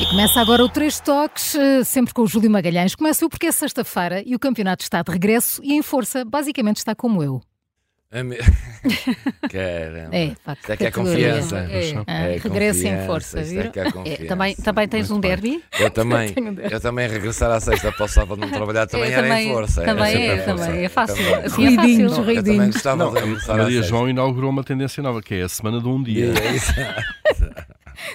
E começa agora o Três Toques, eh, sempre com o Júlio Magalhães. Começo eu porque é sexta-feira e o campeonato está de regresso e em força, basicamente está como eu. A É me- Caramba. É, pá, Isto é que é categoria. confiança. É. Ah, É regressa em confiança, força, isto é viram? que é confiança. É, também, também tens um Muito bem. derby? Eu também, Tenho dez. eu também regressar à sexta para o sábado não trabalhar também É, era também- em força. era também sempre é, em força. também é fácil. Também. Assim é fácil. Ruidinhos, Eu também ruidinhos. gostava Não, de regressar à Maria sexta. João inaugurou uma tendência nova, que é a semana de um E dia. é isso.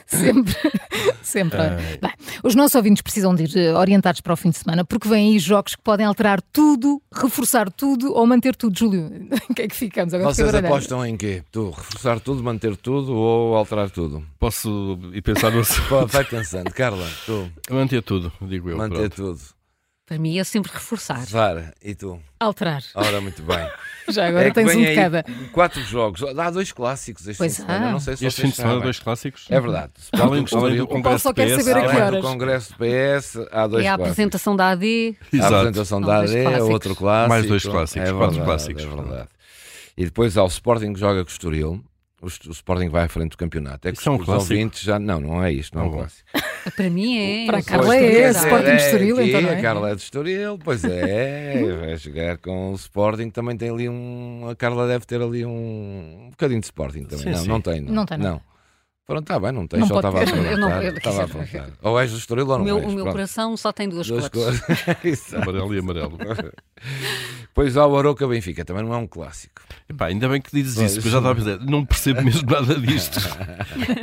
Sempre, sempre. Ah. Bem, os nossos ouvintes precisam de ir eh, orientados para o fim de semana, porque vêm aí jogos que podem alterar tudo, reforçar tudo ou manter tudo. Júlio, em que é que ficamos? Agora Vocês fiquei baralhada. apostam em quê? Tu, reforçar tudo, manter tudo ou alterar tudo? Posso ir pensar no assunto? Pô, Vai pensando, Carla, tu, Manter tudo, digo eu. manter pronto. tudo. Para mim é sempre reforçar. Sara, e tu? Alterar. Ora, muito bem. Já agora É que tens um vem de aí cada. Quatro jogos. Há dois clássicos este Pois fim de semana. há. Não sei se Este vocês fim de semana, sabem. dois clássicos. É verdade. Além, Sporting além Estoril, do Congresso só quer PS, saber a que Além horas? do Congresso do PS, há dois é a clássicos. apresentação da AD. A Exato. apresentação Há da dois AD, clássicos. outro clássico. Mais dois clássicos, É quatro verdade, clássicos. É verdade. E depois há o Sporting que joga com o Estoril. O Est- o Sporting vai à frente do campeonato. É que Isso é um os clássico? ouvintes já. Não, não é isto, não é um Bom. clássico. Para mim é. Para eu sou Carla a é escolhida. esse, Sporting é, Estoril, aqui, então, não é? A Carla é de Estoril, pois é. vai jogar com o Sporting. Também tem ali um. A Carla deve ter ali um, um bocadinho de Sporting também. Sim, não, sim. não tem. Não, Não tem, não Pronto, está bem, não tem. Não só pode estava a ter. Eu não- perguntar. eu- Estava a perguntar. Ou és do Estoril ou O não meu, és. o meu é Pronto. coração só tem duas, Duas cores. cores. Exato. Amarelo e amarelo. Pois há o Aroca Benfica, também não é um clássico. Epá, ainda bem que dizes Pois. isso, porque eu já estava a dizer, não percebo mesmo nada disto.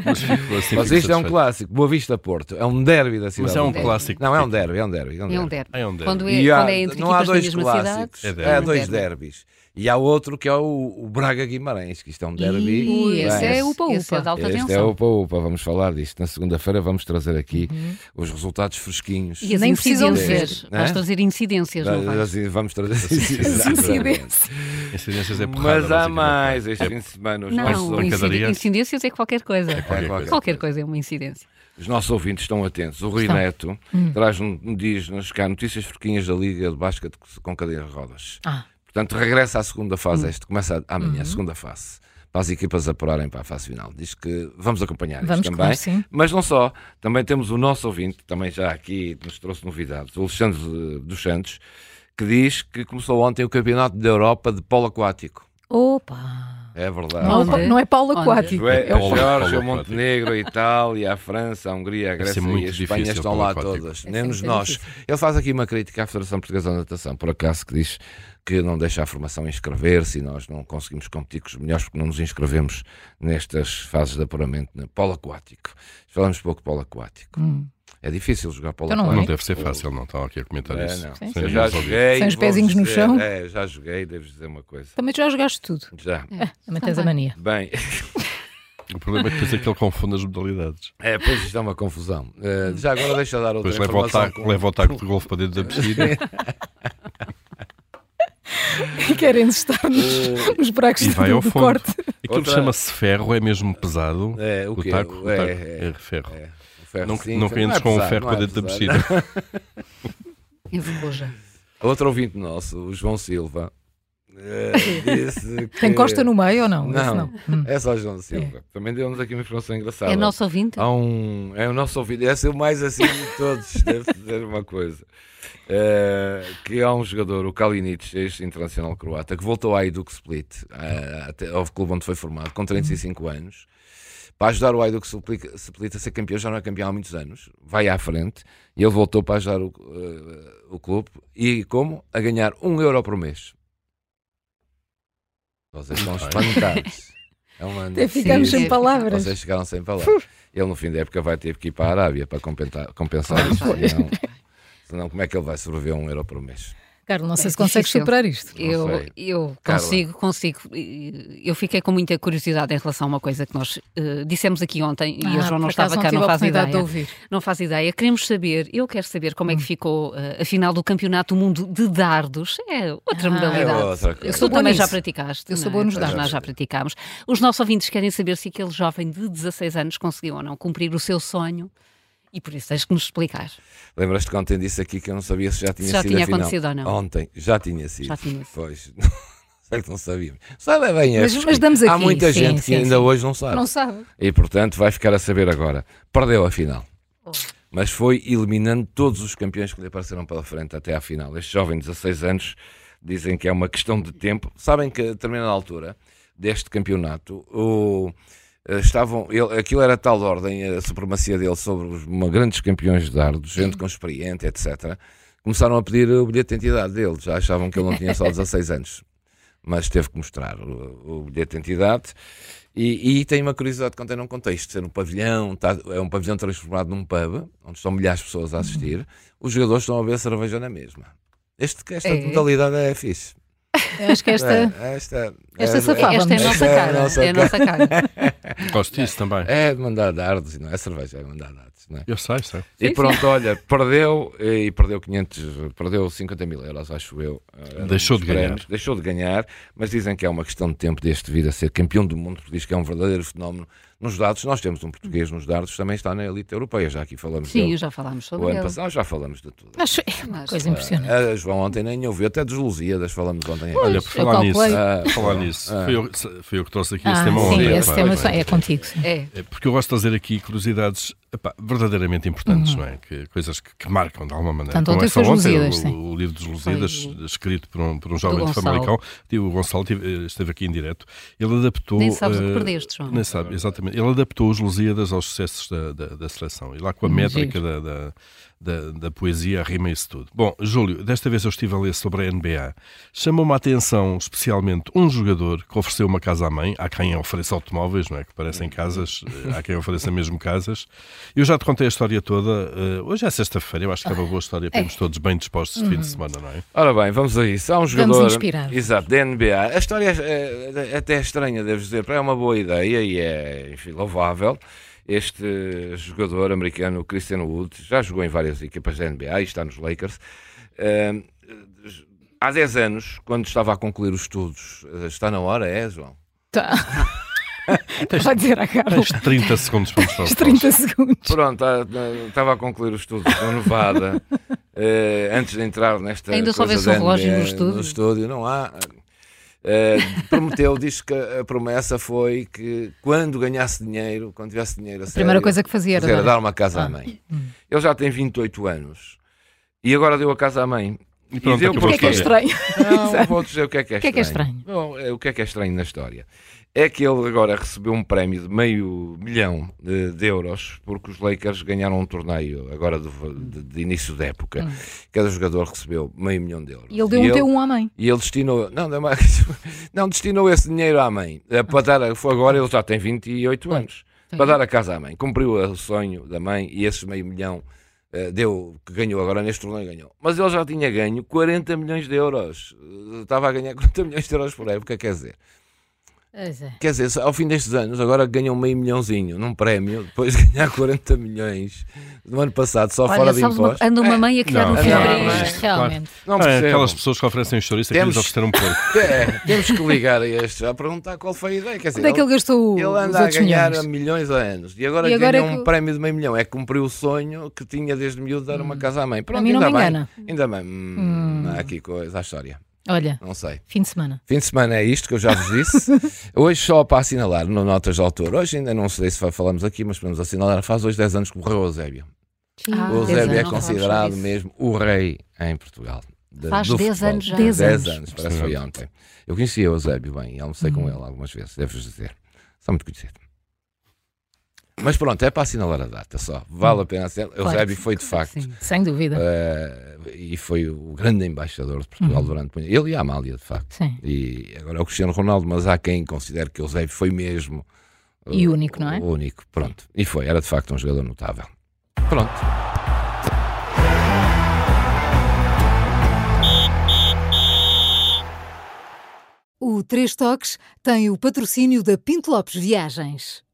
Mas, fico assim, Mas fico isto é um satisfeito. clássico. Boa Vista Porto. É um derby da cidade. Mas é um do Porto. clássico. Não, é um derby, é um derby. É um derby. É um derby. É um derby. Quando, é, E há- quando é entre não há equipas da dois mesma clássicos. cidade. há É derby. dois Derby. derbys. E há outro que é o, o Braga Guimarães, que isto é um derby. Ui, Bem, esse é esse- upa-upa. esse é de alta Este é tensão. o Upa. Vamos falar disto. Na segunda-feira vamos trazer aqui os resultados fresquinhos. Uhum. E as Nem precisam incidências. ver. Vais é Hã? trazer incidências, não vais? Assim, vamos trazer As Exatamente. incidências. Incidências é porrada, Mas há basicamente. mais este fim de semana. Os nossos Não, ouvintes- incidi- pancadaria. incidências é qualquer coisa. qualquer coisa. Qualquer coisa é uma incidência. Os nossos ouvintes estão atentos. O Rui Estão. Hum. Neto um, traz-nos, diz-nos cá notícias fresquinhas da Liga de Basquete com cadeira de rodas. Ah, Hum. Uhum. Portanto, regressa à segunda fase. Este começa amanhã, a segunda fase. Para as equipas apurarem para a fase final. Diz que vamos acompanhar Vamos, isto claro, também. sim. Mas não só. Também temos o nosso ouvinte, também já aqui nos trouxe novidades, o Alexandre eh, dos Santos, que diz que começou ontem o Campeonato da Europa de Polo Aquático. opa! É verdade. Não, é Onde? pa- não é Paulo Onde? Aquático. É, É a polo- Geórgia, polo o Montenegro, a Itália, a França, a Hungria, a Deve Grécia ser e muito a Espanha difícil estão polo lá aquático. todas, Deve ser menos muito nós. É difícil. Ele faz aqui uma crítica à Federação Portuguesa de Natação, por acaso, que diz que não deixa a formação inscrever-se e nós não conseguimos competir com os melhores porque não nos inscrevemos nestas fases de apuramento no polo aquático. Falamos pouco polo aquático. Hum. É difícil jogar polo Então não é. Não aquático. deve ser fácil, não estão aqui a comentar É, isso. não. Sem Eu nos já ouvir. joguei. Sem os vou-vos pezinhos no dizer, chão? É, já joguei, devo-vos dizer uma coisa. Também É. já jogaste tudo. Já. Ah, Também tens a mania. É, Bem, O problema é que depois é que ele confunde as modalidades. é, pois isto é uma confusão. Eh, já agora deixa eu dar outra Depois leva o, informação. taco, leva o taco de golfe para dentro da piscina. Querem estar nos, nos buracos E do, vai ao do fundo. corte. Aquilo Outra- chama-se ferro, é mesmo pesado. É, o o, quê? taco, o É, taco é, é, ferro. É, o ferro Não, sim, não ferro- entres é com o pesado, ferro não para é dentro da pesado. piscina. Em Vergoja. Outro ouvinte nosso, o João Silva, eh, disse que... Tem costa no meio ou não? Esse Não, não. Hum. é só João Silva. Também deu-nos aqui uma informação engraçada. É nosso ouvinte? Então. Há um... É o nosso ouvinte, esse é o mais assim de todos, deve dizer uma coisa. Eh, que há um jogador, o Kalinic, ex-internacional croata, que voltou à Hajduk Split, a- até ao clube onde foi formado, com 35 anos, para ajudar o Hajduk Split Split a ser campeão, já não é campeão há muitos anos, vai à frente, e ele voltou para ajudar o, eh, o clube, e como? A ganhar 1 euro por mês. Vocês estão Muito espantados. É uma Até ficamos Sim. sem é palavras. vocês chegaram sem palavras. Ele no fim da época vai ter que ir para a Arábia para compensar, compensar isso. Senão, senão como é que ele vai sobreviver a um euro por mês? Carlos, não sei É se consegues difícil. superar isto. Eu, sei. eu Carla. consigo, consigo. E- Eu fiquei com muita curiosidade em relação a uma coisa que nós eh, dissemos aqui ontem e a Ah, João não por acaso estava cá, tive não a faz oportunidade ideia. de ouvir. Não faz ideia. Queremos saber, eu quero saber como é que ficou eh, a final do Campeonato do Mundo de Dardos. É outra Ah. É modalidade. outra Eu coisa. sou sou tu boa também já nisso. praticaste. Eu sou não é? boa nos Todos Nós dados. já praticámos. Os nossos ouvintes querem saber se aquele jovem de 16 anos conseguiu ou não cumprir o seu sonho e por isso tens que nos explicar. Lembras-te que ontem disse aqui que eu não sabia se já tinha já sido tinha a final. acontecido ou não. Ontem, já tinha sido. Já tinha sido. Pois, não sei que não sabíamos. Sabe bem Mas- esses mas que- damos Há aqui, muita sim, gente sim, que ainda sim. hoje não sabe. Não sabe. E portanto vai ficar a saber agora. Perdeu a final. Mas foi eliminando todos os campeões que lhe apareceram pela frente até à final. Este jovem, 16 anos, dizem que é uma questão de tempo. Sabem que a determinada altura deste campeonato, o, eh, estavam, ele- aquilo era tal de ordem, a supremacia dele sobre os uma, grandes campeões de dardos, gente com experiência, etc. Começaram a pedir o bilhete de identidade dele. Já achavam que ele não tinha só 16 anos. Mas teve que mostrar o, o bilhete de identidade. E, e tem uma curiosidade que ontem não contei. Isto é no pavilhão, tá- é um pavilhão transformado num pub, onde estão milhares de pessoas a assistir. Os jogadores estão a beber cerveja na mesma. Este, esta É. modalidade é fixe. Eu acho que esta. É, esta, esta é- safada. Esta é a Esta nossa é a cara. nossa é a nossa cara. Gosto disso também. é de mandar dardos, não é cerveja, é mandar dardos. Não é? Eu sei, sei. E pronto, olha, perdeu e perdeu 500, perdeu 50 mil euros, acho eu. eh, Deixou nos de ganhar. prémios. Deixou de ganhar, mas dizem que é uma questão de tempo deste vir a ser campeão do mundo, porque diz que é um verdadeiro fenómeno. Nos dados, nós temos um português nos dados, também está na elite europeia, já aqui falamos Sim, dele já falámos o sobre ano ele. passado, já falamos de tudo. Acho é uma Mas- coisa impressionante. Ah, João ontem nem ouviu, até dos Lusíadas falamos ontem. Olha, por eu falar nisso, calculei. Ah, por falar bom, nisso, ah. fui, eu, fui eu que trouxe aqui esse Ah, tema sim, ontem. esse é pá. tema só- é contigo. sim. É. É porque eu gosto de trazer aqui curiosidades epá, verdadeiramente importantes, não é? Que, coisas que, que marcam de alguma maneira. Portanto, Como ontem essa foi os ontem, Lusíadas, o- sim. o, livro dos Lusíadas, escrito por um, por um jovem de Gonçalo. Famalicão, o Gonçalo tive- eh, esteve aqui em direto, ele adaptou. Nem sabes o que eh, perdeste, João. nem sabe, exatamente. Ele adaptou os Lusíadas aos sucessos da, da, da seleção e lá com a métrica da, da, da, da poesia arrima isso tudo. Bom, Júlio, desta vez eu estive a ler sobre a NBA. Chamou-me a atenção especialmente um jogador que ofereceu uma casa à mãe, há quem ofereça automóveis, não é? Que parecem Uhum. casas, eh, há quem ofereça mesmo casas. Eu já te contei a história toda. eh, Hoje é sexta-feira, eu acho que é uma boa história para irmos todos bem dispostos de fim de semana, não é? Ora bem, vamos a isso. Há um jogador. inspirar. Exato, da NBA. A história é, é- é até estranha, devo dizer, é uma boa ideia e é enfim, louvável. Este jogador americano, Christian Wood, já jogou em várias equipas da NBA e está nos Lakers. Ahm, há 10 anos, quando estava a concluir os estudos, está na hora, é, João? Tá. Vai dizer à Carla. Tens 30 segundos para nos falar. Os 30 segundos. Pronto, ah, ah, estava a concluir os estudos na Nevada. eh, antes de entrar nesta. Ainda só coisa vê-se da o relógio NBA no estúdio. estúdio, não há. Eh, prometeu, diz que a promessa foi que quando ganhasse dinheiro, quando tivesse dinheiro a A primeira coisa que fazia era era. É, dar dar- uma casa à Ah. mãe. Hum. Ele já tem 28 anos e agora deu a casa à mãe. E pronto, deu acabou O que é que é porquê? estranho? Não, vou dizer o que é que é estranho. O que é que é Bom, é, o que é que é estranho na história? É que ele agora recebeu um prémio de meio milhão de, de euros porque os Lakers ganharam um torneio agora de, de- de início da época. Cada jogador recebeu meio milhão de euros. Hum. E ele deu um, deu um à mãe. E ele destinou, não, não, é mais- não, destinou esse dinheiro à mãe. Eh, Para dar, a- foi agora ele já tem 28 anos. Para dar a casa à mãe. Cumpriu o sonho da mãe e esse meio milhão eh, deu, que ganhou agora neste torneio ganhou. Mas ele já tinha ganho 40 milhões de euros. Eh, Estava a ganhar 40 milhões de euros por época, quer dizer. é. Quer dizer, só ao fim destes anos, agora ganham meio milhãozinho num prémio, depois de ganhar 40 milhões no ano passado, só fora Olha, de sabes, uma- impostos. É. anda uma mãe a criar Não, um não, filho. não, É. não. realmente. Não Ah, percebo. aquelas pessoas que oferecem um chouriço, aqueles Temos- ofereceram um porco. É, temos que ligar a este a perguntar qual foi a ideia. Quer dizer, Onde é que ele gastou Ele os anda a outros ganhar a milhões? milhões a anos e agora, E agora ganha é que- um prémio de meio milhão. É que cumpriu o sonho que tinha desde miúdo de dar uma casa à mãe. Pronto, Hum. mim não ainda me bem. engana. Ainda bem. Hum, Há aqui coisa, há história. Olha, Não sei. fim de semana. Fim de semana é isto que eu já vos disse. hoje, só para assinalar, no Notas de Autor, hoje ainda não sei se fa- falamos aqui, mas podemos assinalar. Faz hoje 10 anos que morreu o Eusébio. Ah, o dez Eusébio é anos, não falamos considerado sobre mesmo o rei em Portugal. de- Faz do 10 futebol. anos Uhum. já. 10 10 anos, anos. parece que foi ontem. Eu conhecia o Eusébio bem, e almocei com ele algumas vezes, devo-vos dizer. Só muito conhecido. Mas pronto, é para assinalar a data só. Vale a pena assinalar. Eusébio foi de Claro que facto. sim. Sem dúvida. eh, e foi o grande embaixador de Uhum. Portugal durante muito Ele e a Amália, de facto. Sim. E agora é o Cristiano Ronaldo, mas há quem considere que Eusébio foi mesmo. eh, E único, não é? o Único, pronto. E foi, era de facto um jogador notável. Pronto. O Três Toques tem o patrocínio da Pinto Lopes Viagens.